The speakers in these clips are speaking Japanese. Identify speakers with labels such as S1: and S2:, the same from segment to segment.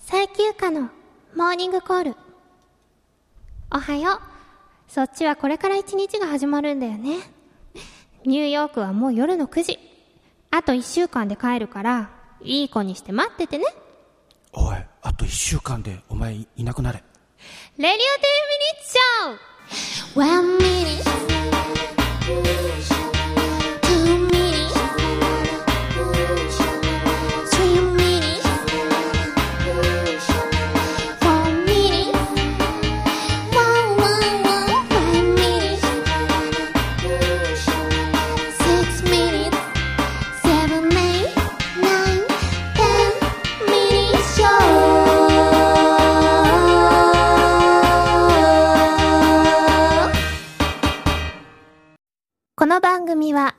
S1: 中のモーニングコールおはようそっちはこれから一日が始まるんだよねニューヨークはもう夜の9時あと1週間で帰るからいい子にして待っててね
S2: おいあと1週間でお前いなくなれ
S1: レディオ10ミニッツショー !1 ミニッツ
S3: Two minutes, three minutes, four minutes, one, one, one, five minutes, six minutes, seven, eight, nine, ten minutes show.
S1: この番組は、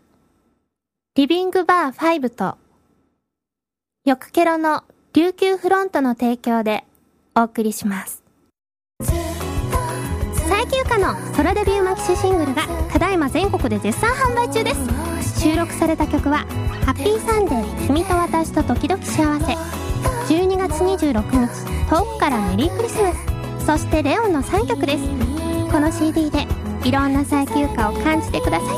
S1: リビングバー5と、よくケロの琉球フロントの提供でお送りします。最休暇のソロデビューマキシシングルが、ただいま全国で絶賛販売中です。収録された曲は、ハッピーサンデー、君と私と時々幸せ、12月26日、遠くからメリークリスマス、そしてレオンの3曲です。この CD で、いろんな最休暇を感じてください。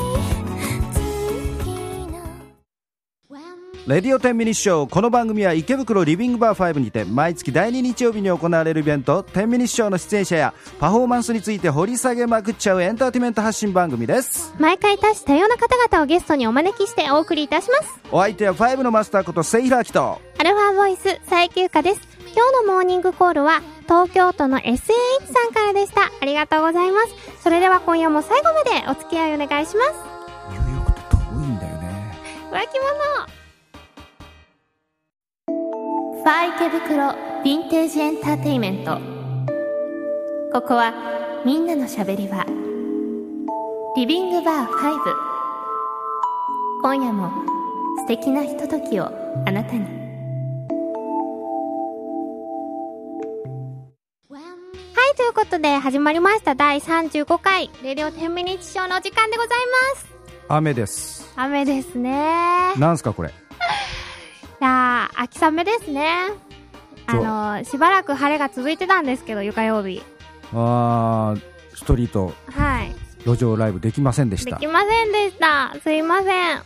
S2: レディオ10ミニッショーこの番組は池袋リビングバー5にて毎月第2日曜日に行われるイベント10ミニッショーの出演者やパフォーマンスについて掘り下げまくっちゃうエンターテインメント発信番組です
S1: 毎回多種多様な方々をゲストにお招きしてお送りいたします
S2: お相手は5のマスターことセイラーキと
S1: アルファボイス最休暇です今日のモーニングコールは東京都の SAH さんからでしたありがとうございますそれでは今夜も最後までお付き合いお願いします
S2: ニューヨークって遠いんだよね
S1: 浮気者ファー池袋ヴィンテージエンターテイメントここはみんなのしゃべり場リビングバー5今夜も素敵なひとときをあなたにはいということで始まりました第35回「レディオ10ミニッチショー」のお時間でございます
S2: 雨です
S1: 雨ですね
S2: なんすかこれ
S1: いやー、秋雨ですね。あ
S2: そう
S1: のー、しばらく晴れが続いてたんですけど、床曜日。
S2: あーストリート
S1: はい。
S2: 路上ライブできませんでし
S1: で
S2: た
S1: きませんでした。すいません。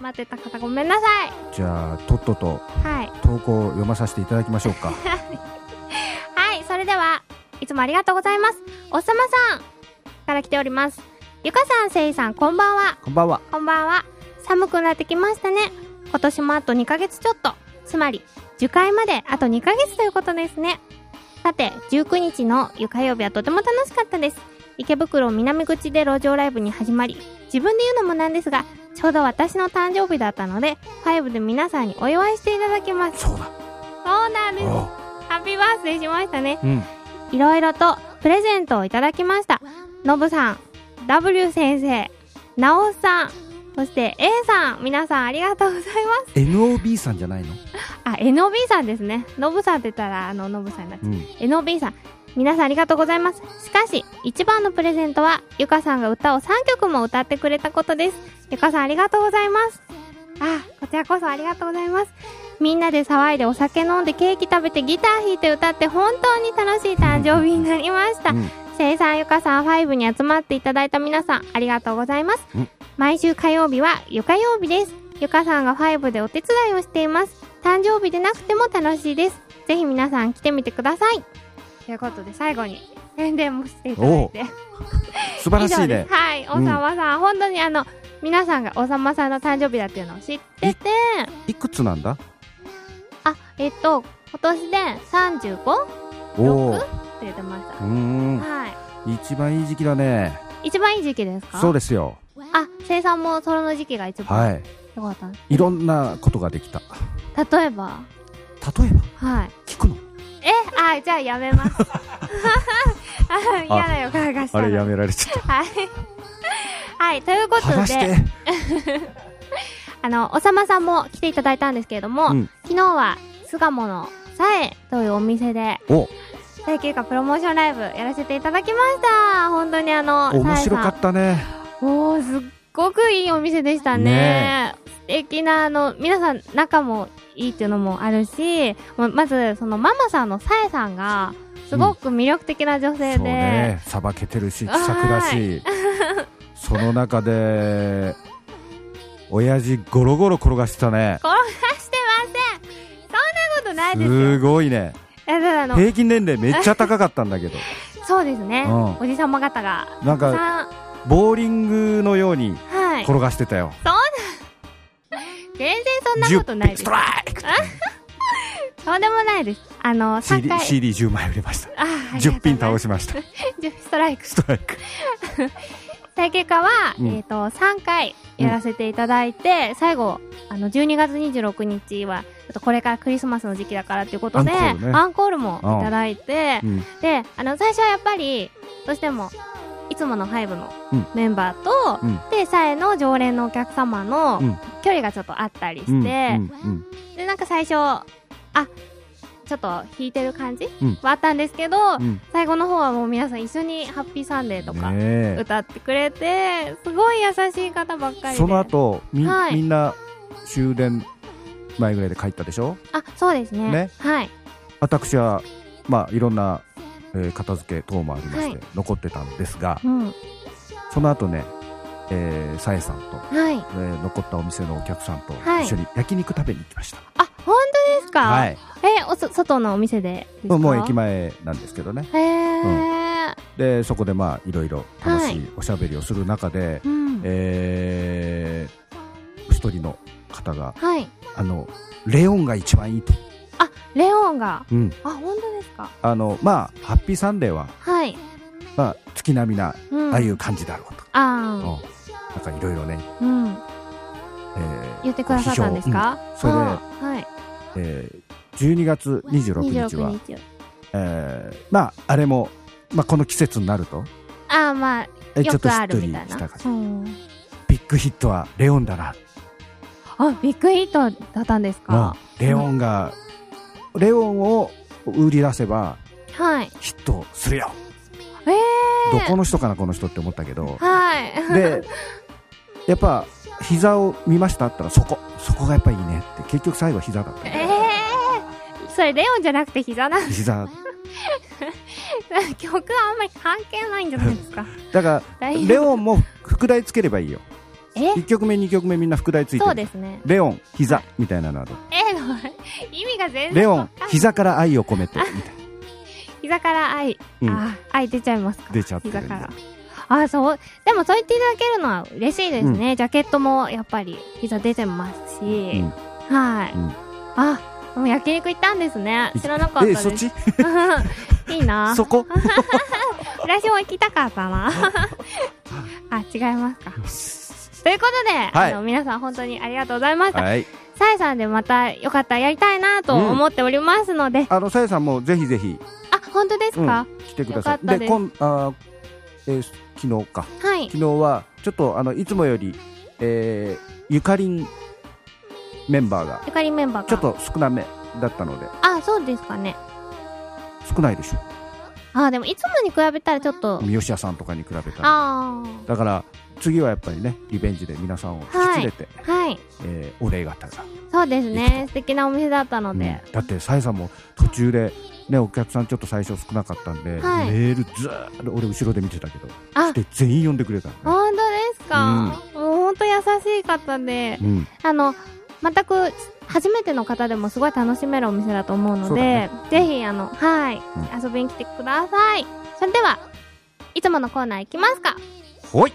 S1: 待ってた方ごめんなさい。
S2: じゃあとっとと
S1: はい。
S2: 投稿を読まさせていただきましょうか
S1: はい、それでは、いつもありがとうございます。おっさまさんから来ております。ゆかさん、せいさん、こんばんは。
S2: こんばんは
S1: こんばんは。寒くなってきましたね。今年もあと2ヶ月ちょっと。つまり、樹海まであと2ヶ月ということですね。さて、19日の湯火曜日はとても楽しかったです。池袋南口で路上ライブに始まり、自分で言うのもなんですが、ちょうど私の誕生日だったので、5で皆さんにお祝いしていただきます。
S2: そう
S1: そ
S2: だ
S1: うなんです。
S2: おう
S1: ハッピーバースデーしましたね。
S2: うん
S1: いろいろとプレゼントをいただきました。のぶさん、W 先生、なおさん、そして A さん、皆さんありがとうございま
S2: NOB さんじゃないの
S1: す。あ、NOB さんですね。のぶさんって言ったら、あの、のぶさんになっちゃ
S2: うん
S1: う。NOB さん、皆さんありがとうございます。しかし、一番のプレゼントは、ゆかさんが歌を3曲も歌ってくれたことです。ゆかさんありがとうございます。あ、こちらこそありがとうございます。みんなで騒いでお酒飲んでケーキ食べてギター弾いて歌って本当に楽しい誕生日になりました。
S2: うん
S1: 生産ゆかさん5に集まっていただいた皆さんありがとうございます
S2: うん
S1: 毎週火曜日はゆか曜日ですゆかさんが5でお手伝いをしています誕生日でなくても楽しいですぜひ皆さん来てみてくださいということで最後に宣伝もしていただいて
S2: 素晴らしい
S1: 以上で
S2: ね
S1: すはいおさまさん、本当にあの皆さんがおさまさんの誕生日だっていうのを知ってて
S2: いくつなんだ
S1: あえっと今年で 35?
S2: おお
S1: 6? って言ってまし
S2: うー
S1: た
S2: ん
S1: は
S2: 一番いい時期だね
S1: い一番いい時期ですか
S2: そうですよ
S1: あ、生産もその時期が一番
S2: は
S1: 良
S2: い
S1: かったんで
S2: いろんなことができた
S1: す。例えば、
S2: 例えば
S1: はい。
S2: 聞くの
S1: え、あ、じゃあやめ ます。あ嫌な予感がしたの。
S2: められちゃっ
S1: はい。はい、というこ
S2: 話
S1: と
S2: し
S1: で、
S2: て
S1: あの、おさまさんも来ていただいたんですけれども、
S2: うん
S1: 昨日は、巣鴨のさえというお店で、
S2: お
S1: 最休暇プロモーションライブやらせていただきました。本当にあの、
S2: 面白か
S1: た
S2: ったね
S1: おー、すっごくいいお店でしたね。
S2: ね
S1: 素敵な、あの、皆さん、仲もいいいっていうのもあるし、ままず、そのママさんのさえさんが、すごく魅力的な女性で、
S2: そうねさばけてるし気
S1: はい
S2: さくだしその中で親父ゴロゴロ転がしてたね
S1: 転がしてませんそんなことないですよ。
S2: すごいね
S1: いやだからあの
S2: 平均年齢めっちゃ高かったんだけど
S1: そうですね、
S2: うん
S1: おじさま方が。
S2: なんか
S1: さん
S2: ボーリングのように
S1: はい。
S2: 転がしてたよ、
S1: 全然そんなことない
S2: 10
S1: で
S2: ピ
S1: す
S2: スト。ライク
S1: とんでもないです。あの、3
S2: CD
S1: 回。
S2: CD10 枚売りました
S1: あ
S2: 10品倒
S1: し。
S2: しました
S1: 10ストライク。
S2: ストライク
S1: 体験課は、
S2: うん
S1: えっ、と、3回やらせていただいて、最後、あの、12月26日は、ちょっとこれからクリスマスの時期だからということで、
S2: アンコールね
S1: アンコールもいただいて
S2: う、ん
S1: で、あの、最初はやっぱり、どうしても、いつものハイブの
S2: うん
S1: メンバーと、
S2: うん
S1: で、さえの常連のお客様の
S2: うん
S1: 距離がちょっとあったりして、
S2: うんうん
S1: で、なんか最初、あ、ちょっと弾いてる感じ、
S2: うん
S1: はあったんですけど、
S2: うん
S1: 最後の方はもう皆さん一緒にハッピーサンデーとか
S2: ねえ
S1: 歌ってくれて、すごい優しい方ばっかりで。
S2: その後み,、
S1: はい
S2: みんな終電前ぐらいで帰ったでしょ
S1: あ、そうですね。
S2: ね
S1: はい。
S2: 私はまあいろんな、えー片付け等もありまして、
S1: はい
S2: 残ってたんですが
S1: うん。は
S2: その後ねえーさえさんと、
S1: い。
S2: えー残ったお店のお客さんと
S1: はい
S2: 一緒に焼肉食べに行きました、
S1: あ、本当ですか
S2: はい、
S1: え、おそ、外のお店でですか
S2: もう駅前なんですけどね
S1: へえ。
S2: でそこでまあいろいろ楽し
S1: はい
S2: おしゃべりをする中で、
S1: うん。
S2: えー一人の方が
S1: はい。
S2: あのレオンが一番いいと、
S1: あ、レオンが。
S2: うん
S1: あ、本当ですか
S2: あのまあハッピーサンデーは
S1: はい。
S2: まあ、月並みな、
S1: うん。
S2: ああいう感じだろうと。
S1: あ
S2: なんかいろいろね、
S1: あ。うん。
S2: えー
S1: 言ってくださったんですか
S2: それで
S1: あーはい。
S2: えー12月26日は、
S1: 26日は。
S2: えーまあ、あれも、まあ、この季節になると、
S1: ああ、まあ、
S2: えー
S1: よ
S2: ちょっ
S1: く
S2: とし
S1: あ
S2: っと
S1: る
S2: り
S1: みたい
S2: し
S1: な
S2: た感。じ。
S1: うん。
S2: ビッグヒットはレオンだな。
S1: あ、ビッグヒットだったんですか
S2: うんレオンが、レオンを売り出せば
S1: はい。
S2: ヒットするよ。
S1: え
S2: ど
S1: え。
S2: この人かな、この人って思ったけど。
S1: はい。
S2: で、やっぱ、膝を見ましたって言ったら、そこ、そこがやっぱいいねって、結局最後膝だった
S1: え
S2: ね。
S1: えそれレオンじゃなくて膝なん
S2: 膝。
S1: 曲はあんまり関係ないんじゃない ですか。
S2: だから、
S1: 大
S2: レ
S1: ン
S2: オンも副題つければいいよ。
S1: え
S2: 1曲目、2曲目みんな副題ついて
S1: そう
S2: る。
S1: ですね。
S2: レオン、膝みたいなのある。
S1: ええの意味が全然。
S2: レオン、膝から愛を込めて、みたい
S1: 膝から愛。
S2: うん
S1: あ、愛出ちゃいますか
S2: 出ちゃってる
S1: 膝から。あ、そう。でもそう言っていただけるのは嬉しいですね。ジャケットもやっぱり膝出てますし。
S2: な。
S1: はい。
S2: うん
S1: あ、もう焼肉行ったんですね。知らなかった
S2: え、
S1: です。
S2: そっち
S1: いいな。
S2: そこ
S1: 私も行きたかったな。 あ、違いますか。ということで、
S2: はい
S1: あの皆さん本当にありがとうございました。
S2: はい。
S1: さえさんでまたよかったらやりたいなと思っておりますので、
S2: あの、さやさんもぜひぜひ、
S1: あ、本当です
S2: うん
S1: か、
S2: 来てくださ
S1: よかった
S2: い。
S1: で
S2: で、
S1: す
S2: 今、あーえー昨日か。
S1: はい
S2: 昨。日は、ちょっと、あの、いつもより、えーゆかりんメンバーが、
S1: ゆかりメンバーが。
S2: ちょっと少なめだったので、
S1: あ、そうですかね。
S2: 少ないでしょ。
S1: あ、でもいつもに比べたらちょっと、
S2: 吉谷さんとかに比べたら。
S1: あ
S2: だから次はやっぱりねリベンジで皆さんを引き連れて、
S1: あ、はい。
S2: えーお礼方が、
S1: そうですね。素敵なお店だったので。
S2: だってさえさんも途中で、ね、お客さんちょっと最初少なかったんで、
S1: はい
S2: メールずーっと俺後ろで見てたけど
S1: あ
S2: で全員呼んでくれたのね、
S1: 本当ですか、もう本当優しい方で、
S2: うん、
S1: あの、全く、初めての方でもすごい楽しめるお店だと思うの
S2: そ
S1: で、
S2: うだね
S1: ぜひ、あの、はい、
S2: う
S1: 遊びに来てください。それでは、いつものコーナー行きますか。
S2: ほい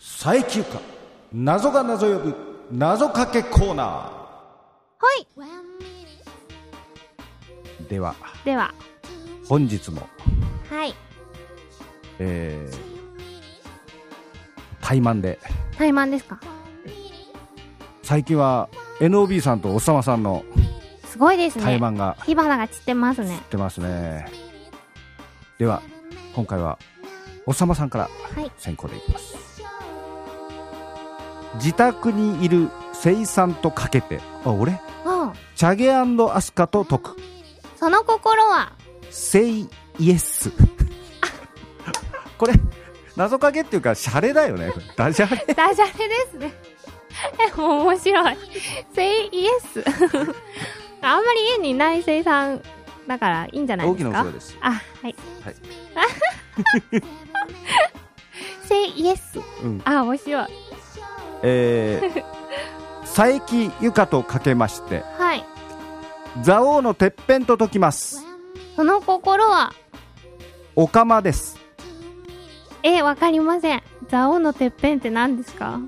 S2: 最休暇謎が謎呼ぶ謎かけコーナ
S1: はい。
S2: ーでは
S1: では、
S2: 本日も、
S1: はい。
S2: えー、怠慢で
S1: 怠慢ですか
S2: 最近は NOB さんとおっさまさんの
S1: すごいですね。
S2: 怠慢が
S1: 火花が散ってますね
S2: 知っ。てますねでは今回はおさまさんから
S1: はい
S2: 先行でいきます、自宅にいる生産とかけてあ俺
S1: うん。
S2: チャゲアスカと解く
S1: その心は、
S2: セイイエス これ謎かけっていうかシャレだよねダジャレ
S1: ダジャレですね。 え、もう面白い。say yes。あんまり家にいない生産だからいいんじゃない
S2: 大
S1: で
S2: き
S1: す
S2: な
S1: か
S2: お世話です。
S1: あ、はい。
S2: はい
S1: say yes。
S2: うん。
S1: あ、面白い。
S2: えー、佐伯ゆかとかけまして、
S1: はい。
S2: 蔵王のてっぺんと解きます。
S1: その心は、
S2: おかまです。
S1: え、わかりません。蔵王のてっぺんって何ですか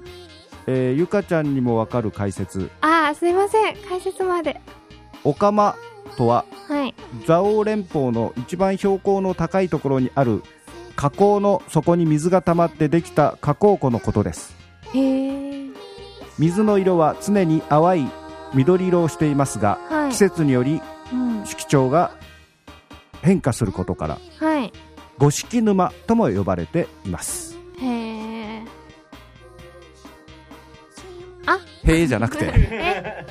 S2: えー、ゆかちゃんにもわかる解説。
S1: あー、すいません。解説まで。
S2: おかまとは、
S1: はい。
S2: 蔵王連峰の一番標高の高いところにある河口の底に水が溜まってできた河口湖のことです
S1: へー。
S2: 水の色は常に淡い緑色をしていますが
S1: はい
S2: 季。節により
S1: うん。
S2: 色調が変化することから
S1: はい。
S2: 五色沼とも呼ばれています
S1: へ ー。
S2: へえじゃなくて
S1: え、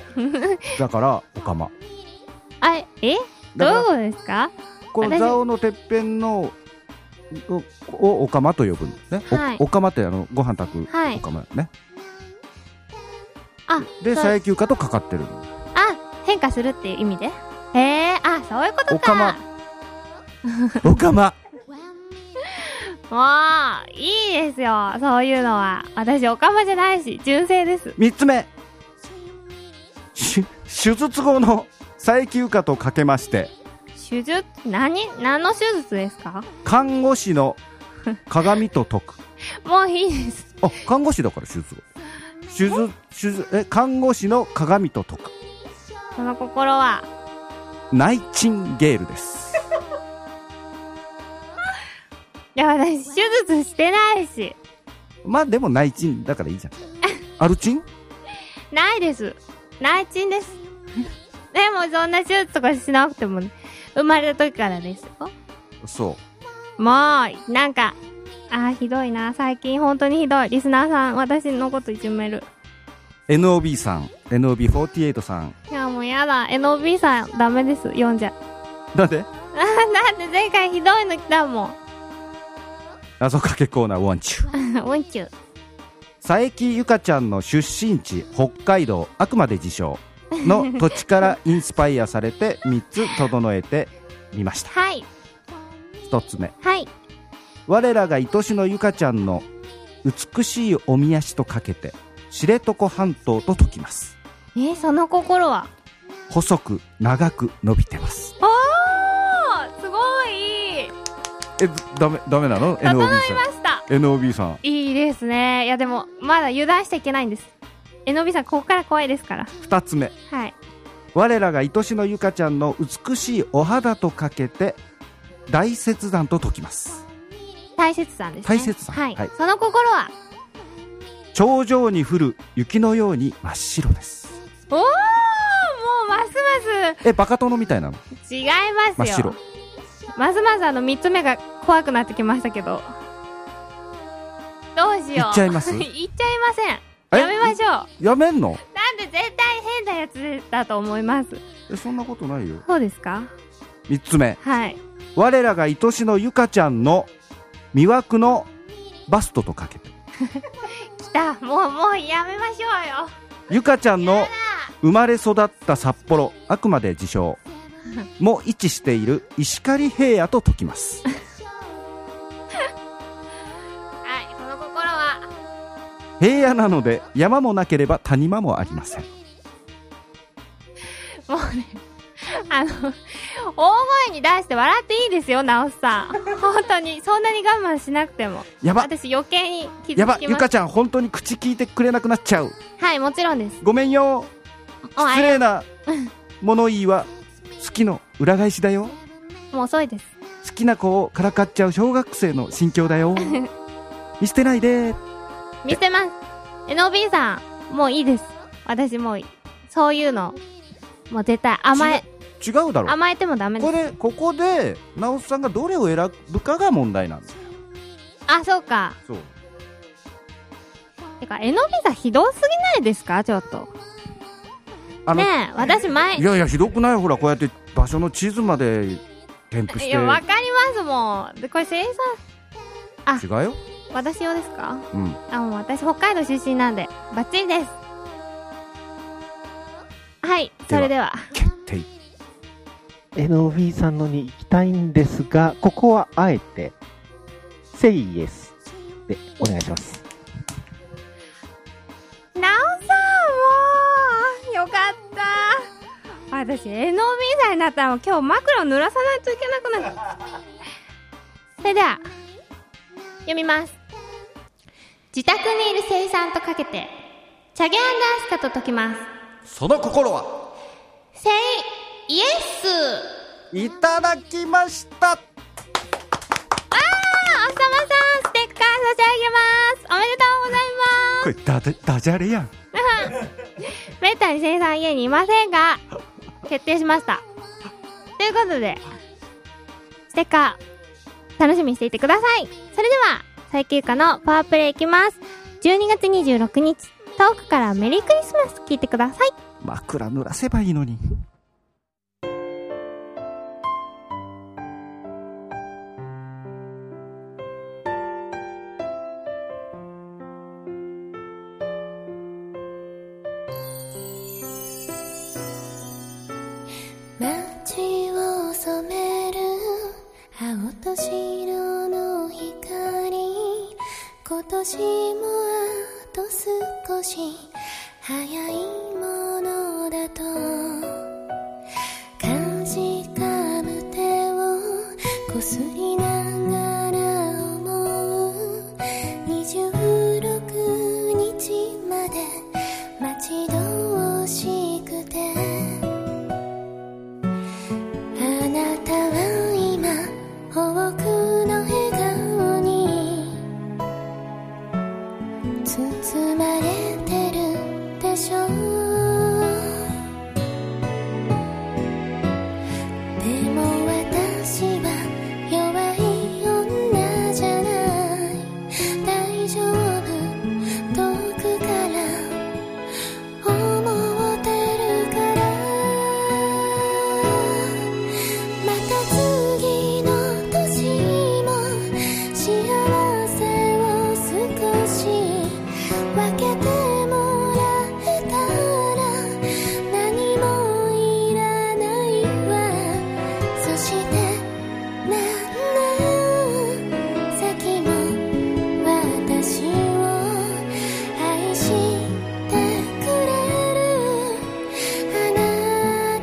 S2: だからおかま
S1: あ、えど
S2: だ
S1: ういうこ
S2: から
S1: とですか
S2: この
S1: 私
S2: 蔵王のてっぺんのををおかまと呼ぶんですね、お
S1: はい
S2: おかまってあのご飯炊く
S1: はい
S2: おかまね、
S1: あ、
S2: で
S1: そう
S2: 佐伯化とかかってる
S1: あ、変化するっていう意味でへー、あ、そういうことか。
S2: おかま おかま
S1: わあ、いいですよ、そういうのは。私、オカマじゃないし、純正です。
S2: 三つ目し手術後の再休暇とかけまして
S1: 手術、何何の手術ですか
S2: 看護 師の鏡と解く
S1: もういいです。
S2: あ看護師だから手術後手術手術え看護師の鏡と解く
S1: その心は。
S2: ナイチンゲールです
S1: いや、私、手術してないし。
S2: まあでもナイチンだからいいじゃんアルチン
S1: ないです。内賃 です。でも、そんな手術とかしなくても、生まれた時からですよ。
S2: そ
S1: もう、なんか、あー、ひどいな。最近、本当にひどい。リスナーさん、私のこといじめる。
S2: う NOB さん NOB48 さん
S1: いや、もうやだ。NOB さん、ダメです。読んじゃ。
S2: なんで
S1: あだって前回ひどいの来たもん。
S2: 謎かけコーナーワンチ ュ
S1: うんちゅ。
S2: 佐伯ゆかちゃんの出身地北海道あくまで自称の土地からインスパイアされて3つ整えてみました
S1: はい。
S2: 1つ目
S1: はい。
S2: 我らが愛しのゆかちゃんの美しいおみ足とかけて知床半島と解きます
S1: え、その心は
S2: 細く長く伸びてます
S1: おーすごいいい
S2: えダメダメなの NOB
S1: ました
S2: さん NOB さん
S1: いいですね。いやでも、まだ油断しちゃいけないんです。えのびさん、ここから怖いですから。
S2: 2つ目
S1: はい。
S2: 我らが愛しのゆかちゃんの美しいお肌とかけて大切断と解きます
S1: 大切さんですね。
S2: 大切さん
S1: はい。
S2: はい
S1: その心は
S2: 頂上に降る雪のように真っ白です
S1: おーもうますま
S2: えバカ殿みたいなの
S1: す違いますよ。
S2: 真っ白
S1: ますますあの、三つ目が怖くなってきましたけど。どうしよう。
S2: 言っちゃい ます
S1: 言っちゃいません。やめましょう。
S2: やめんの
S1: なんで絶対変なやつだと思います。
S2: えそんなことないよ
S1: そうですか
S2: 3つ目
S1: はい。
S2: 我らが愛しのゆかちゃんの魅惑のバストとかけて
S1: 来た。もう、もうやめましょうよ。
S2: ゆかちゃんの生まれ育った札幌あくまで自称も位置している石狩平野と解きます
S1: はい。その心は、
S2: 平野なので山もなければ谷間もありません
S1: もうね、あの、大声に出して笑っていいですよ、ナオスさん。本当に。そんなに我慢しなくても。
S2: やば
S1: 私余計に気
S2: やば
S1: づき
S2: ゆ
S1: ま
S2: か
S1: す。
S2: ちゃん本当に口聞いてくれなくなっちゃう
S1: はい、もちろんです。
S2: ごめん
S1: も
S2: よ
S1: うあ
S2: 失
S1: れ
S2: 礼な 物言いは好きの裏返しだよ
S1: もう遅いです。
S2: 好きな子をからかっちゃう小学生の心境 だよ見捨てないで
S1: 見せます。NOB さん、もういいです。私もういい、そういうの、もう絶対甘え、
S2: 違うだろ
S1: 甘えてもダメで
S2: こ
S1: す。
S2: れここで直さんがどれを選ぶかが問題なんですよ
S1: あ、そうか。
S2: そう
S1: てか、えのびさんひどすぎないですかちょっと。
S2: あの、
S1: ねえ、私前、
S2: いやいやひどくないほらこうやって場所の地図まで添付し
S1: い
S2: て
S1: や、わかりますもん。で、これ生産、
S2: 違うよ
S1: 私用ですか
S2: うん
S1: あ、もう私北海道出身なんで、バッチリです。はい、それでは。
S2: 決定
S4: NOB さんのに行きたいんですが、ここはあえて、セイイエスでお願いします。
S1: なおさんもうよかった私 NOB さんになったらもう今日枕を濡らさないといけなくなるそれでは読みます自宅にいる生産とかけてチャゲアンダースカと解きます
S2: その心は
S1: セイイエス
S2: いただきました
S1: あーおさまさんステッカー差し上げますおめでとうございます
S2: これダジダジャレやん
S1: めったに生産家にいませんが、決定しました。ということで、ステッカー、楽しみにしていてください。それでは、最休暇のパワープレイいきます。12月26日、遠くからメリークリスマス聞いてください。
S2: 枕濡らせばいいのに
S3: 街を染める青と白の光今年もあと少し早いものだとかじかむ手をこすりながら思う26日まで待ち遠しくて「あなたは今多くの笑顔に包まれてるでしょう」「でも私は弱い女じゃない」「大丈夫遠くから」「思ってるから」「また次の年も幸せを少し分けてもらえたら何もいらないわ」「そして何年先も私を愛してくれるあな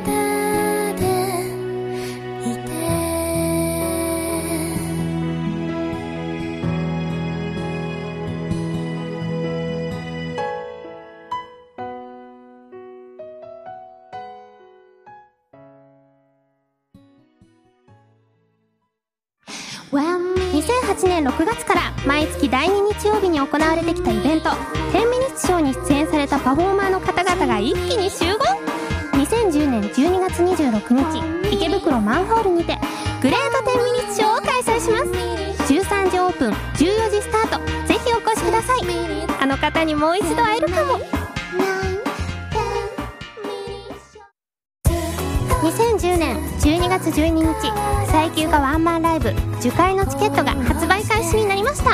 S3: たでいて
S1: 2008年6月から毎月第2日曜日に行われてきたイベント「10ミニッツショー」に出演されたパフォーマーの方々が一気に集合2010年12月26日池袋マンホールにて「グレート10ミニッツショー」を開催します13時オープン14時スタートぜひお越しくださいあの方にもう一度会えるかも2010年12月12日最休がワンマンライブ受会のチケットが発売開始になりました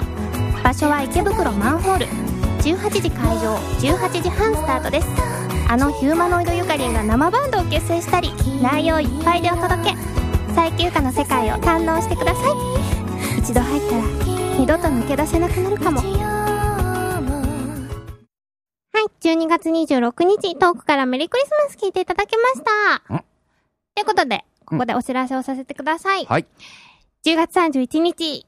S1: 場所は池袋マンホール18時開場18時半スタートですあのヒューマノイドゆかりんが生バンドを結成したり内容いっぱいでお届け最休暇の世界を堪能してください一度入ったら二度と抜け出せなくなるかもはい、12月26日、遠くからメリークリスマス聞いていただきました
S2: ん。
S1: ということで、ここでお知らせをさせてください。
S2: はい
S1: 10月31日、い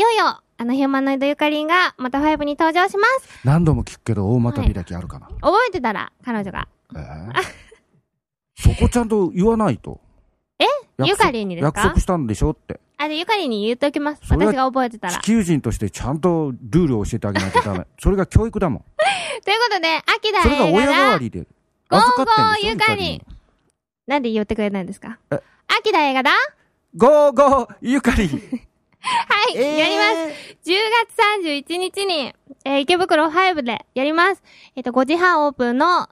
S1: よいよ、あのヒューマノイドゆかりんが、また5に登場します。
S2: 何度も聞くけど大股開きあるかな、
S1: 覚えてたら、彼女が。
S2: えーそこちゃんと言わないと約束
S1: ゆかりんにです
S2: 約
S1: か
S2: 束したんでしょって
S1: あ、で、ゆかりんに言っておきます。
S2: それは
S1: 私が覚えてたら。
S2: 地
S1: と
S2: 球人としてちゃんとルールを教えてあげないとダ メそれが教育だもん
S1: いうことで、秋田
S2: それが
S1: 映
S2: 親代
S1: 画
S2: わ
S1: だ。
S2: りで
S1: ゴー
S2: 預かってんでしょ
S1: ゴーゆかりんなんで言ってくれないんですか
S2: え
S1: 秋田映画だは
S2: ゴーゴーゆか りん
S1: い、やります。10月31日に、えー池袋5でやります。えっ、と、5時半オープンの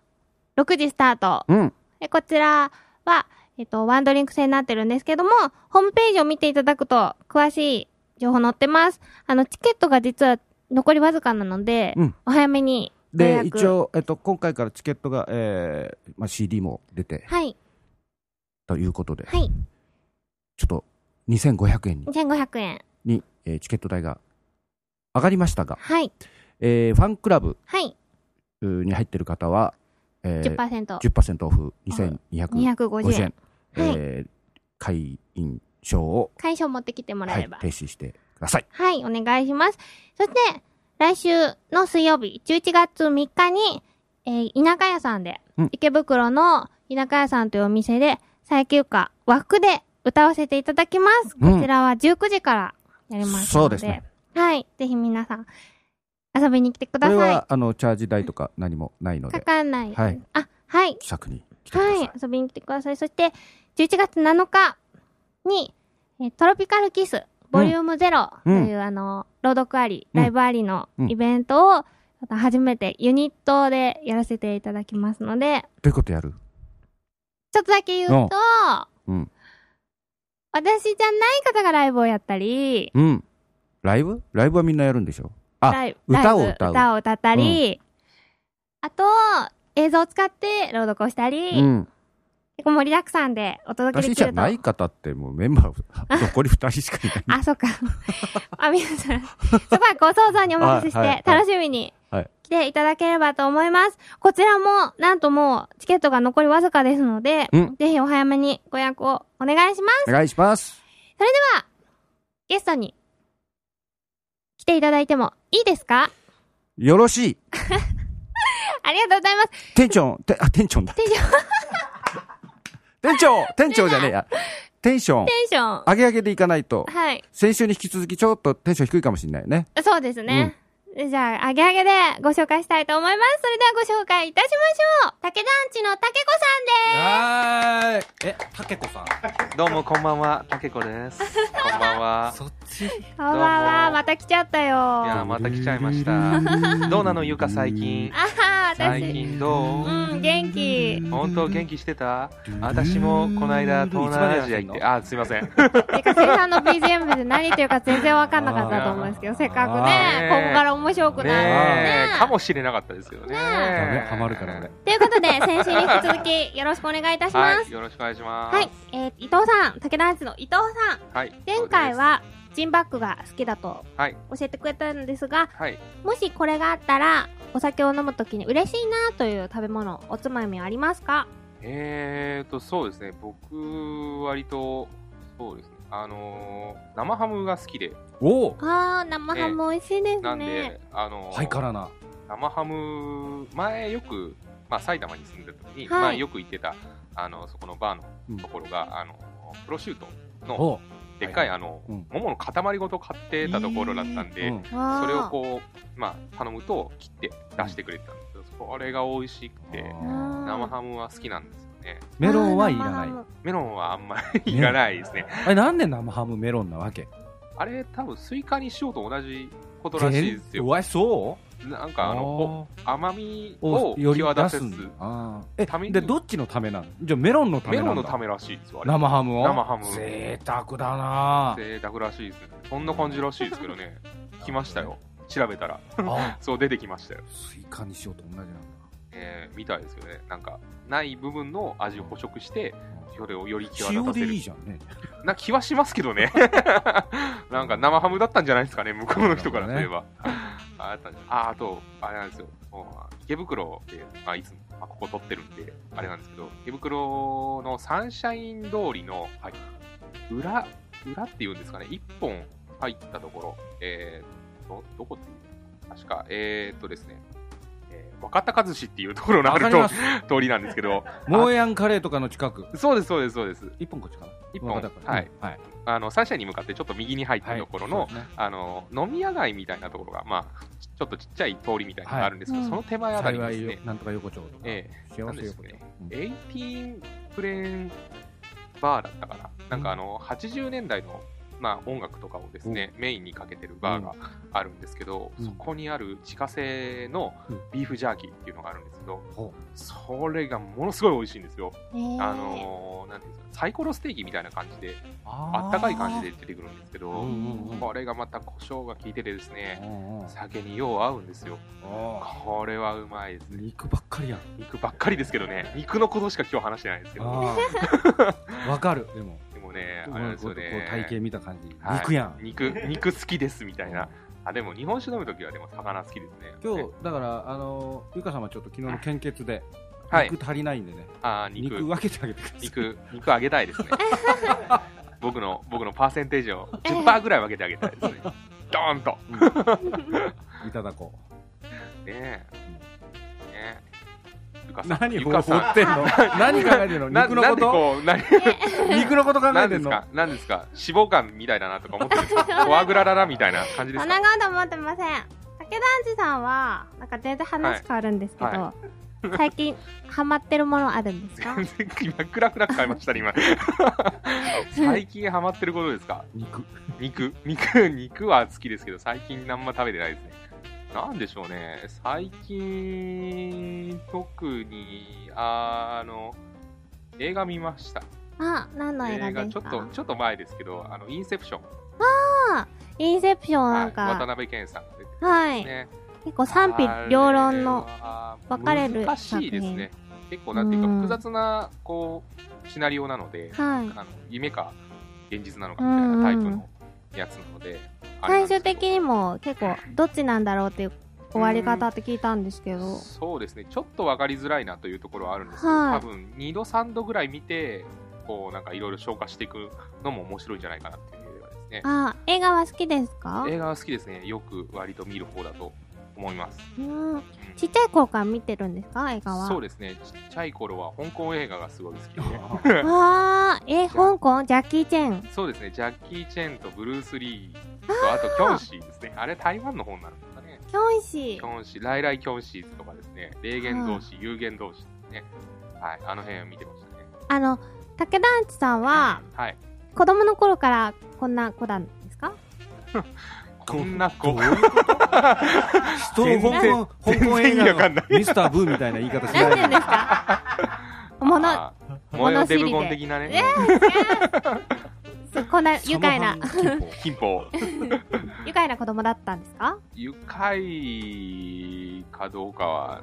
S1: 6時スタート。
S2: うん
S1: でこちらは、えっ、と、ワンドリンク制になってるんですけども、ホームページを見ていただくと、詳しい情報載ってます。あの、チケットが実は残りわずかなので、
S2: うん
S1: お早めによう
S2: で
S1: やく
S2: 一応、えっと、今回からチケットが、えーまあ、CD も出て
S1: はい。
S2: ということで、
S1: はい。
S2: ちょっと2500円に
S1: 2500円。
S2: に、えーチケット代が上がりましたが、
S1: はい。
S2: えーファンクラブ
S1: はい。
S2: うーに入ってる方は、えー、
S1: 10%。
S2: 10%オフ2250円
S1: 250円。
S2: えー会員証を、
S1: 会社を持ってきてもら
S2: は
S1: え
S2: い
S1: れば。
S2: 停止してください。
S1: はい、お願いします。そして、来週の水曜日、11月3日に、えー田舎屋さんで、
S2: うん
S1: 池袋の田舎屋さんというお店で、最休暇、和服で歌わせていただきます。
S2: うん
S1: こちらは19時からやります
S2: そ
S1: の
S2: う
S1: で。
S2: ですね。
S1: はい、ぜひ皆さん、遊びに来てく
S2: こ
S1: だ
S2: れ
S1: さ
S2: はあのチャージ代とか何もないの
S1: い。か
S2: で、
S1: かんない。
S2: はい
S1: あ、はい。
S2: 気さくに来てください。
S1: はい、遊びに来てください。そして、11月7日に、えートロピカルキス、ボリュームゼロと
S2: うん
S1: いう、あの、朗読あり、ライブありの
S2: うん
S1: イベントを、初めてユニットでやらせていただきますので、
S2: どういうことやる
S1: ちょっとだけ言うと、
S2: うん。
S1: 私じゃない方がライブをやったり、
S2: うん。ライブライブはみんなやるんでしょあ
S1: ライブ
S2: 歌を
S1: ライブ
S2: 歌う
S1: 歌を歌ったり、あと、映像を使って朗読をしたり、
S2: うん。
S1: 結構盛りだくさんでお届け
S2: 私
S1: でき
S2: じゃ
S1: ると
S2: ない方ってもうメンバー残り2人しかい ない。
S1: あ、そっか。あ、皆さん、すごいご想像にお任せし
S2: はいはいは
S1: て
S2: い、
S1: 楽しみに
S2: はい
S1: 来ていただければと思います。こちらも、なんともう、チケットが残りわずかですので
S2: うん、
S1: ぜひお早めにご予約をお願いします。
S2: お願いします。
S1: ゲストに、来ていただいてもいいですか
S2: よろしい。
S1: ありがとうございます。
S2: 店長、てあ、店長だ。
S1: テンション、
S2: 店長店長じゃねえや。テンション
S1: テ、ンション。
S2: 上げ上げでいかないと、
S1: はい。
S2: 先週に引き続きちょっとテンション低いかもしれないね。
S1: そうですね。じゃあ、あげあげでご紹介したいと思います。それではご紹介いたしましょう。竹団地の竹子さんです。
S2: はーい。え、たけこさん
S5: どうもこんばんは、たけこです。こんばんは。
S2: そっち
S1: こんばんは。
S5: どうも
S1: また来ちゃったよ。
S5: いやー、また来ちゃいました。どうなの、ゆか最近。
S1: あは私。
S5: 最近ど
S1: うん、元気。
S5: う本当元気してた私もこの間東南アジア行って、あー、すいません。
S1: てか、せいさんの BGM で何言ってるか全然わかんなかったと思うんですけど、せっかくね
S5: ね、
S1: ここから面白くなる
S5: ねえ、か
S1: ね。
S5: もしれなかったですけどね。
S2: ダメ、ハマるから俺。
S1: ということで、先週に引き続きよろしくお願いいたしま
S5: は
S1: す
S5: い、。よろしくお願いします。
S1: はい、えー、伊藤さん、武田アーツの伊藤さん、
S5: はい。
S1: 前回はジンバックが好きだと
S5: はい
S1: 教えてくれたんですが、
S5: はい。
S1: もしこれがあったら、お酒を飲むときに嬉しいなという食べ物、おつまみはありますか
S5: えーと、そうですね、僕、割と、そうですね、あのー、生ハムが好きで、
S2: おお
S1: あー、生ハム美味しいです
S5: なん
S1: ね。
S5: で、あのー、
S2: ハイカラな。
S5: 生ハム前よく、まあ、埼玉に住んでた時に、
S1: はい
S5: まあ、よく行ってたあのそこのバーのところが、あのプロシュートの
S2: お
S5: でっかい、
S2: は
S5: あの
S2: うん
S5: 桃の塊ごと買ってたところだったんで、
S2: うん
S1: そ
S5: それをこう、まあ、頼むと切って出してくれてたんですけどそれが美味しくて
S1: うん
S5: 生ハムは好きなんですよね
S2: メロンはいら
S1: あー生ハ
S2: ない。
S1: ム
S5: メロンはあんまりいらないです ね
S2: え、なんで生ハムメロンなわけ
S5: あれ多分スイカにしようと同じことらしいです
S2: う
S5: よ
S2: わ、そう
S5: なんかあのこう甘み
S2: お
S5: を
S2: より
S5: 際
S2: 出
S5: 立たせ
S2: す
S5: す
S2: んだあー
S5: ため
S2: え、
S5: に
S2: で、どっちのためなのじゃあメロンのため
S5: メ
S2: なんだ
S5: ロンのためらしいですよあれ
S2: 生ハムを
S5: 生ハム
S2: 贅沢だな
S5: 贅沢らしいですねそんな感じらしいですけどね来ましたよ調べたら
S2: あ
S5: そう出てきましたよ、
S2: スイカにしようと同じなんだ。
S5: えー、みたいですよねなんかない部分の味を捕食してそれをより際立
S2: 塩
S5: たせ
S2: で
S5: る
S2: いいじゃんね。
S5: な気はしますけどね なんか生ハムだったんじゃないですかね向こうの人からすれば、ああったんじゃないああとあれなんですよそう池袋で、まあ、いつも、まあ、ここ撮ってるんであれなんですけど池袋のサンシャイン通りの、裏裏っていうんですかね1本入ったところえー、どどこっていう確かえー、っとですね、えー、若鷹寿司っていうところのあ
S2: わ
S5: る
S2: かり
S5: と
S2: ます。
S5: 通りなんですけど
S2: モーヤンカレーとかの近く。
S5: そうですそうですそうです
S2: 一本こっちかな。
S5: 一本
S2: わかったわかったはい。
S5: あのサンシャインに向かってちょっと右に入った
S2: はい。
S5: ところの、
S2: そうですね
S5: あの飲み屋街みたいなところが、まあ、ちちょっとちっちゃい通りみたいなのがあるんですけど、
S1: はい
S5: その手前あたりに
S2: 幸
S5: です
S2: いよ
S5: ね、、
S2: なんとか横丁とか。
S5: え
S2: 幸せ横丁
S5: なんです。エイティーンプレーンバーだったかな、なんかあの80年代のまあ、音楽とかをですね、メインにかけてるバーがあるんですけど、
S2: うん
S5: そこにある自家製の
S2: うん
S5: ビーフジャーキーっていうのがあるんですけど、
S2: ほ
S5: それがものすごい美味しいんですよ。
S1: えー
S5: あのーなんていうんですか、サイコロステーキみたいな感じで、
S2: あ
S5: あったかい感じで出てくるんですけ
S2: うん
S5: ど、
S2: うんうん
S5: これがまた胡椒が効いててですね、
S2: うんうん
S5: 酒によう合うんですよ。
S2: あ
S5: これはうまいです
S2: ー
S5: ね。
S2: 肉ばっかりやん
S5: 肉ばっかりですけどね、肉のことしか今日話してないですけど、
S2: あー わかるでも
S5: でもね
S2: う、
S5: あれ
S2: ま
S5: で
S2: い
S5: す
S2: ことこ
S5: よ
S2: う
S5: ね。
S2: 体型見た感じ
S5: はい
S2: 肉やん
S5: 肉、肉好きですみたいな。あ、でも日本酒飲むときはでも魚好きですね。
S2: 今日だからあのゆか様ちょっと昨日の献血で
S5: はい
S2: 肉足りないんでね
S5: あー肉、
S2: 肉
S5: 肉、
S2: 分けてあげてください
S5: 肉、あげたいですね。僕の、僕のパーセンテージを10%ぐらい分けてあげたいですね。ドーンと。
S2: いただこ
S5: ねえ。ねえ。ゆか
S2: う
S5: さん。
S2: 何
S5: ゆ
S2: を
S5: か
S2: 追
S5: さん
S2: ってん の何考えてんの
S5: な
S2: 肉のこ
S5: なんで
S2: と
S5: こう、何、
S2: 肉のこと考え
S5: 何
S2: て
S5: で
S2: ん
S5: す
S2: の
S5: か何ですか脂肪肝みたいだなとか思ってるんですかフォアグラララみたいな感じで
S1: そ
S5: す
S1: ん
S5: か
S1: なこと思ってません武田安治さんはなんか全然話変わるんですけど、
S5: はいは
S1: 最近ハマってるものあるんです か
S5: 全然 今暗くなく買いましたね、今。最近ハマってることですか
S2: 肉
S5: 肉、肉、肉は好きですけど、最近あんま食べてないですね。なんでしょうね。最近、特に、あーあの、映画見ました。
S1: あ何の映画で
S5: ち
S1: す
S5: ょっと
S1: か、
S5: ちょっと前ですけど、あの、インセプション。
S1: インセプションなん
S5: はい、渡
S1: か、
S5: 辺謙さんが出て
S1: はい
S5: ますね。
S1: 結構賛否両論の
S5: あー
S1: 分かれる
S5: 難しいですね。結構、なんていうか、複雑な、こう、シナリオなので、
S1: はい
S5: あの夢か現実なのかみたいなタイプのやつなので、あれなん
S1: 最
S5: で
S1: 終
S5: すけど
S1: 的にも結構どっちなんだろうっていう終わり方って聞いたんですけど
S5: そうですねちょっと分かりづらいなというところはあるんですけど、
S1: はい
S5: 多分2度3度ぐらい見てこうなんかいろいろ消化していくのも面白いんじゃないかなっていう映画ですね
S1: あ映画は好きですか
S5: 映画は好きですねよく割と見る方だと思います
S1: うんちっちゃい頃から見てるんですか映画は
S5: そうですねちっちゃい頃は香港映画がすごい好きで
S1: わーえ香港ジャッキー・チェン
S5: そうですねジャッキー・チェンとブルース・リーとあとキョンシーですねあれ台湾の方になるんですかね
S1: キョンシ
S5: キョンシー、ライライキョンシーズとかですね、霊言同士、有言同士ですね。はい、あの辺を見てましたね。
S1: あの武田安地さんは
S5: はい。
S1: 子供の頃からこんな子なんですか
S5: こんな子
S2: どう。いう人を
S5: 全
S2: 香
S5: 然
S2: 港香港映
S5: 全然意味わか
S2: 画
S5: ん
S2: の
S5: な
S2: ミスターブーみたいな言い方し
S1: なんて言う
S2: ない
S1: んですか もの
S5: あー模様デブゴン的な
S1: え
S5: ね。
S1: そうこんな愉快な
S2: その反
S5: 金宝。
S1: 愉快な子供だったんですか
S5: 愉快かどうかは、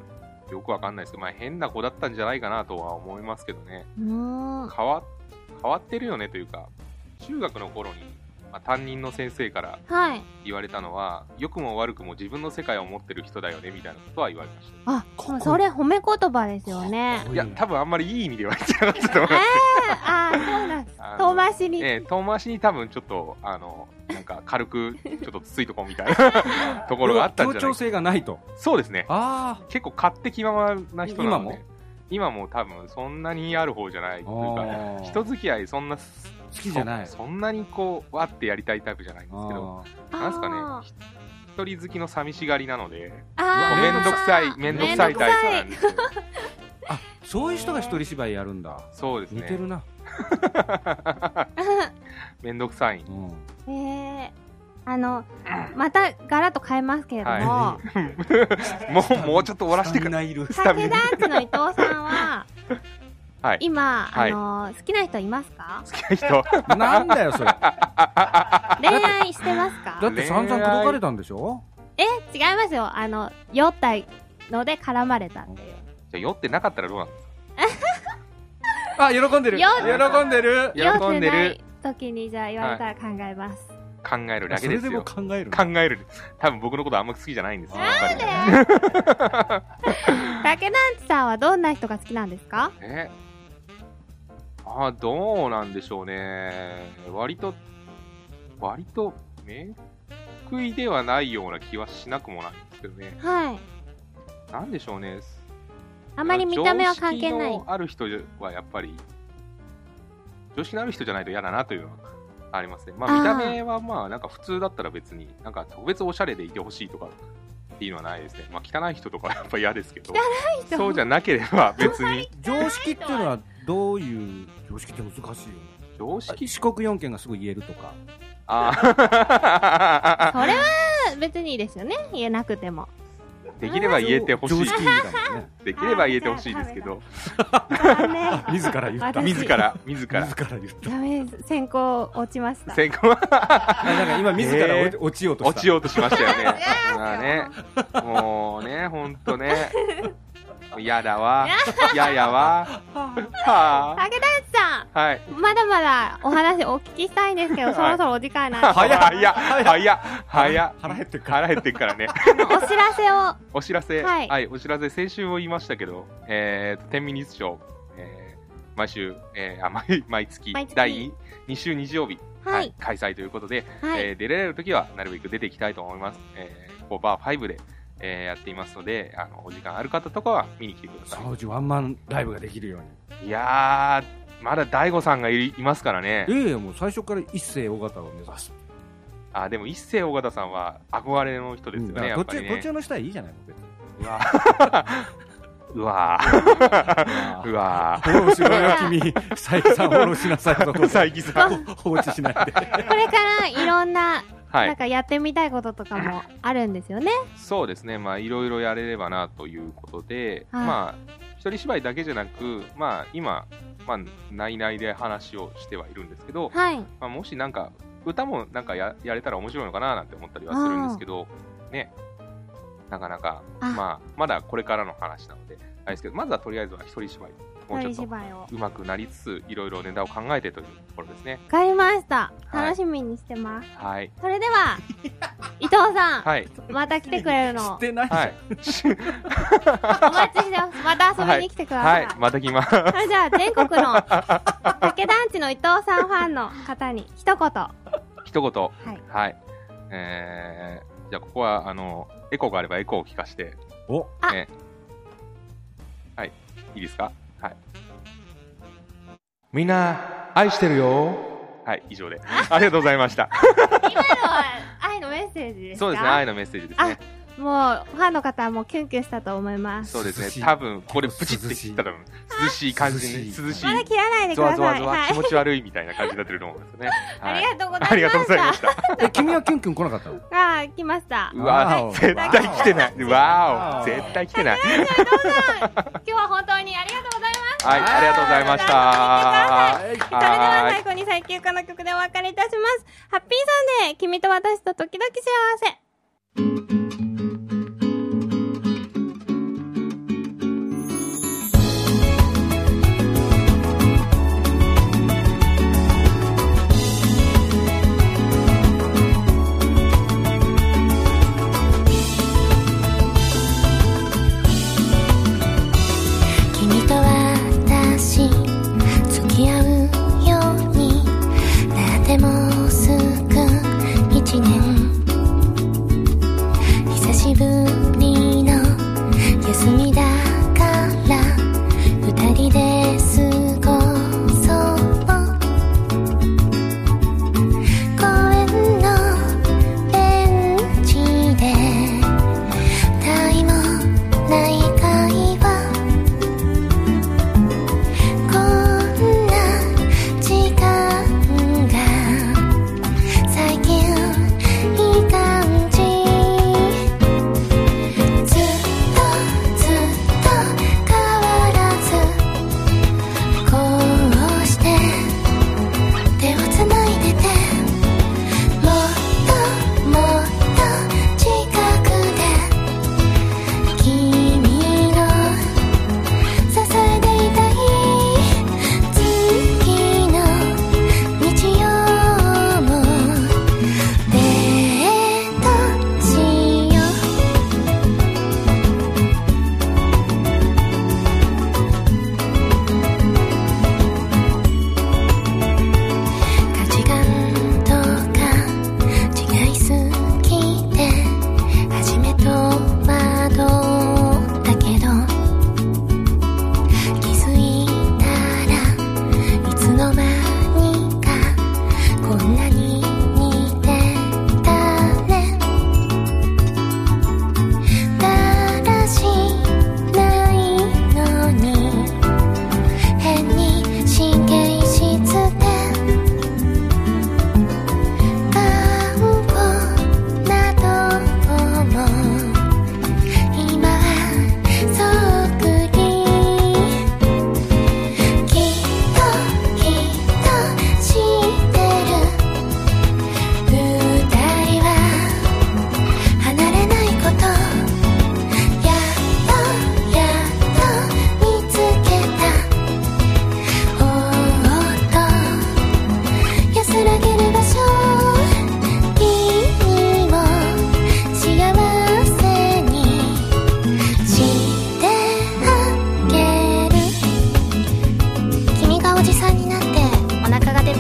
S5: よくわかんないですけど、まあ変な子だったんじゃないかなとは思いますけどね。
S1: うーん
S5: 変わ、変わってるよねというか、中学の頃に、まあ、担任の先生から
S1: はい
S5: 言われたのは、良くも悪くも自分の世界を持ってる人だよね、みたいなことは言われました。
S1: あ
S2: ここ
S1: それ褒め言葉ですよ ね
S2: 抗
S5: い
S2: いや
S5: や、多分あんまりいい意味では言ってなかったと思います。
S1: ああそうなんです
S5: あの
S1: 遠回しに、
S5: ええ遠回しに多分ちょっと、あの、なんか軽く、ちょっとつついとこうみたい なところがあったんじゃ
S2: 協
S5: な
S2: 調
S5: い
S2: 性がないと
S5: そうですね。
S2: あ
S5: 結構勝手気ままな人な
S2: 今
S5: ので
S2: も、
S5: 今も多分そんなにある方じゃな
S2: あ
S5: いというか、
S2: ー
S5: 人付き合いそんな、好
S2: 好きじゃない
S5: そんなにこう、わってやりたいタイプじゃないんですけど、
S2: あ
S5: なんすか
S1: あ
S5: ね、ひ一人好きの寂しがりなので、
S1: あ
S5: こう
S1: ー
S5: めんどくさい、めんどくさいタイプなんですよ。
S2: ーあそういう人が一人芝居やるんだ
S5: そうです
S2: 似て
S5: ね
S2: る。な
S5: めんどくさい。
S2: うん
S1: えーあのまたガラッと変えますけれども、
S2: は
S5: もう、もうちょっと終わらせてく
S2: みん
S5: れ。
S2: ないる
S5: スタ
S1: 武
S5: ミナ
S1: 田アンチの伊藤さんは
S5: はい
S1: 今、
S5: はい
S1: あのー好きな人いますか
S5: 好きな人。
S2: なんだ よそれだ
S1: 恋愛してます
S2: っ
S1: か
S2: て散々口説かれたんでしょ
S1: え違いますよあの酔ったので絡まれたっていう
S5: じゃあ酔ってなかったらどうなんですか
S2: あ喜んでる
S1: よ
S2: 喜んでる
S1: 酔っ
S5: 喜
S1: て
S5: んで
S1: な
S5: る
S1: い時にじゃあ言われたら考えます、
S5: 考えるだけ
S2: そ
S5: で
S2: れ
S5: す
S2: でも
S5: よ。
S2: 考える
S5: 考える。多分僕のことあんま好きじゃないんですよ。やっぱり
S1: なんで武田アンチさんはどんな人が好きなんですか
S5: えああ、どうなんでしょうね。割と、割と、面食いではないような気はしなくもないんですけどね。
S1: はい
S5: なんでしょうね。
S1: あまり見た目は関係ない
S5: 常識のある人はやっぱり、常識のある人じゃないと嫌だなというのはありますね。まあ
S1: あー
S5: 見た目はまあなんか普通だったら別に、なんか特別おしゃれでいてほしいとかっていうのはないですね。まあ汚い人とかはやっぱ嫌ですけど、
S1: 人
S5: そうじゃなければ別に、
S2: 常識っていうのはどういう常識って難しいよね
S5: 常識
S2: 四国四県がすぐ言えるとか
S5: ああ。
S1: それは別にいいですよね。言えなくても。
S5: できれば言えてほしい
S2: 常。識だも んね。
S5: できれば言えてほしいですけど、
S1: 残念。
S6: 自ら言った。
S1: 私
S5: 自ら、自ら。
S6: 自ら言った。
S1: ダメです。先行落ちました。
S5: 先行は
S6: あなんか今自ら落ち落ちようとした。
S5: 落ちようとしましたよね。まあね、もうね、ほんとね。嫌だわ。嫌やわ。は
S1: 竹田内さ
S5: あ。はい。
S1: ん、まだまだお話お聞きしたいんです けど、そろそろお時間なんで、
S5: 早っ早っ早っ早っ
S6: 腹減ってるから
S5: 腹減ってっからね。
S1: お知らせを。
S5: お知らせ、
S1: は
S5: はいい、お知らせ、先週も言いましたけど、えーと、天ミニッショー、えー毎週、えーあ毎毎月
S1: 毎月
S5: 第2週日曜日、
S1: は
S5: はいい。開催ということで、
S1: はい。
S5: えー出られるときはなるべく出ていきたいと思います。えー、ここバー5で、えーやっていますので、あの、お時間ある方とかは見に来てくださ
S6: サウジワンマンライブができるように。
S5: い。いやー、まだ大悟さんがいいますからね。
S6: ええもう最初から一世尾形を目指す。
S5: あー、でも一世尾形さんは憧れの人ですよ
S6: だか
S5: ね、
S6: ら
S5: や
S6: 途
S5: っぱり
S6: 中、
S5: ね。
S6: 途中の人はいいじゃないの別に。
S5: うわーうわーうわ
S6: フォローしろよ、 君。佐伯さん、フォローしなさいと。
S5: ー 佐伯さん。
S6: 放置しないで。
S1: これからいろんな、
S5: は
S1: なん
S5: い。
S1: かやってみたいこととかもあるんですよね。
S5: そうですね。まあ、いろいろやれればなということで、
S1: はい
S5: まあ、一人芝居だけじゃなく、まあ、今、まあ、内々で話をしてはいるんですけど、
S1: はい。
S5: まあ、もしなんか、歌もなんかややれたら面白いのかななんて思ったりはするんですけど、ね、なかなか、
S1: あ
S5: まあ、まだこれからの話なので、あれですけど、まずはとりあえずは一人芝居、もうちょ
S1: 鳥
S5: っと
S1: 芝居を。わ
S5: 上手くなりつつ、いろいろネタを考えてというところですね。
S1: かりました。
S5: はい
S1: 楽しみにしてます。
S5: はい。
S1: それで は、伊藤さん、
S5: はい。
S1: また来てくれるの
S6: し
S1: を
S6: てないじゃ
S5: は
S6: ん
S5: い。。
S1: お待ちしてます。また遊びに来てくださ。
S5: はいい。また来ます。
S1: それじゃあ、全国の竹団地の伊藤さんファンの方に一言。は
S5: 一言。はいい。えー、じゃあ、ここは、あの、エコーがあればエコーを聞かせて、
S6: お、
S5: いいですかはい。みんな、愛してるよ。はい、以上で。 ありがとうございました。
S1: 愛のメッセージ ですか
S5: そうですね、愛のメッセージですね。
S1: もう、ファンの方はもうキュンキュンしたと思います。
S5: そうです
S6: 涼しい
S5: ね、多分、これ、プチって切ったら、涼しい感じ
S6: 涼
S5: に、
S6: しい
S5: 涼し
S1: まだ
S5: い、
S1: 切らないでく
S5: ゾ
S1: だ
S5: ワゾ
S1: さ
S5: ワ
S1: い。
S5: ゾ
S1: は
S5: ワ、
S1: い
S5: 気。持ち悪いみたいな感じになってると思うんです よね。
S1: あ
S5: はい
S1: りがとうございました。
S5: ありがとうございました。
S6: え君はキュンキュン来なかったの
S1: あー来ました。
S5: うわ
S6: わー
S5: 絶対来てない。わ
S6: わー
S5: お、絶対来てない。
S1: 今日は本当にありがとうございま
S5: はい、ありがとうございました。
S1: す。それでは
S5: はい
S1: 最後に最休暇の曲でお別れいたします。ハッピーサンデー、君と私と時々幸せ。
S3: 君と私付き合うようになってもうすぐ一年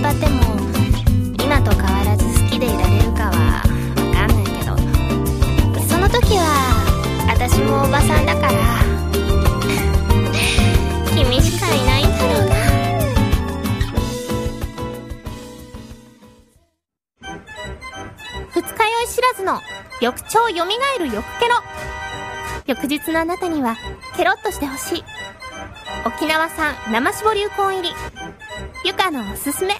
S3: がっても今と変わらず好きでいられるかは分かんないけどその時は私もおばさんだから 君しかいないんだろうな
S1: 二日酔い知らずの翌朝蘇る翌ケロ翌日のあなたにはケロッとしてほしい沖縄産生搾流行入りゆかのおすすめ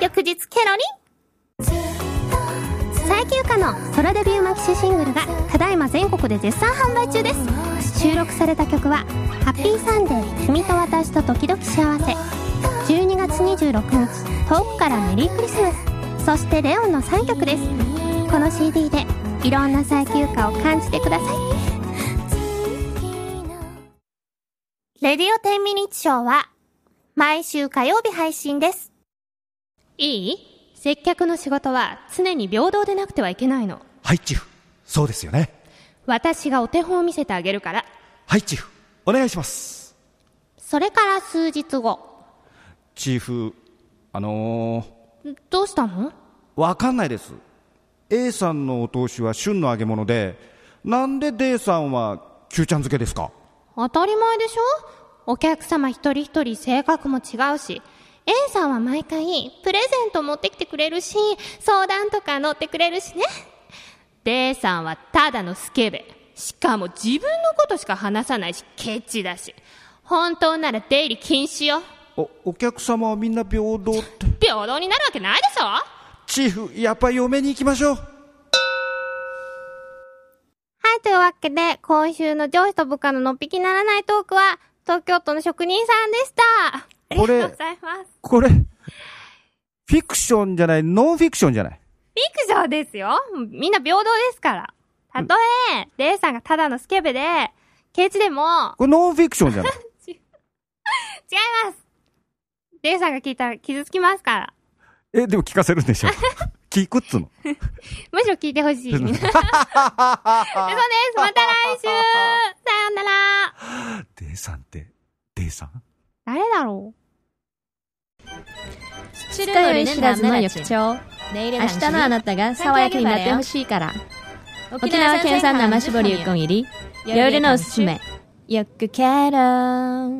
S1: 翌日ケロリン最休暇のソロデビューマキシシングルがただいま全国で絶賛販売中です収録された曲は「ハッピーサンデー君と私と時々幸せ」12月26日遠くからメリークリスマスそしてレオンの3曲ですこの CD でいろんな最休暇を感じてくださいレディオ10ミニッツショーは毎週火曜日配信ですいい接客の仕事は常に平等でなくてはいけないの
S2: はい、チーフ。そうですよね。
S1: 私がお手本を見せてあげるから
S2: はい、チーフ。お願いします。
S1: それから数日後
S2: チーフ、あのー、
S1: どうしたの
S2: わかんないです。A さんのお通しは旬の揚げ物で、なんで D さんは九ちゃん漬けですか
S1: 当たり前でしょお客様一人一人性格も違うし A さんは毎回プレゼント持ってきてくれるし相談とか乗ってくれるしね D さんはただのスケベしかも自分のことしか話さないしケチだし本当なら出入り禁止よ
S2: お、お客様はみんな平等って。
S1: 平等になるわけないでしょ
S2: チーフ、やっぱ嫁に行きましょう。
S1: はい、というわけで、今週の上司と部下ののっぴきならないトークは、東京都の職人さんでした。ありが
S2: ことれ
S1: うございます。
S2: これ、フィクションじゃない、ノンフィクションじゃない。
S1: ビクションですよみんな平等ですから。たとえ、レイさんがただのスケベで、ケチでも、
S2: これノンフィクションじゃない。
S1: 違いますレイさんが聞いたら傷つきますから。
S2: え、でも聞かせるんでしょ聞くっつうの。
S1: むしろ聞いてほ しい。嘘ですまた来週さようなら
S2: D さんって、D さん
S1: 誰だろう
S7: 二日酔い知らずの翌朝明日のあなたが爽やかになってほしいから沖縄県産生搾りうこん入り夜のおすすめよくケロ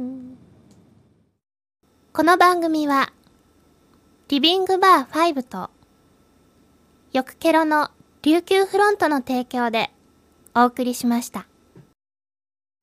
S1: この番組は、リビングバー5と、よくケロの琉球フロントの提供でお送りしました。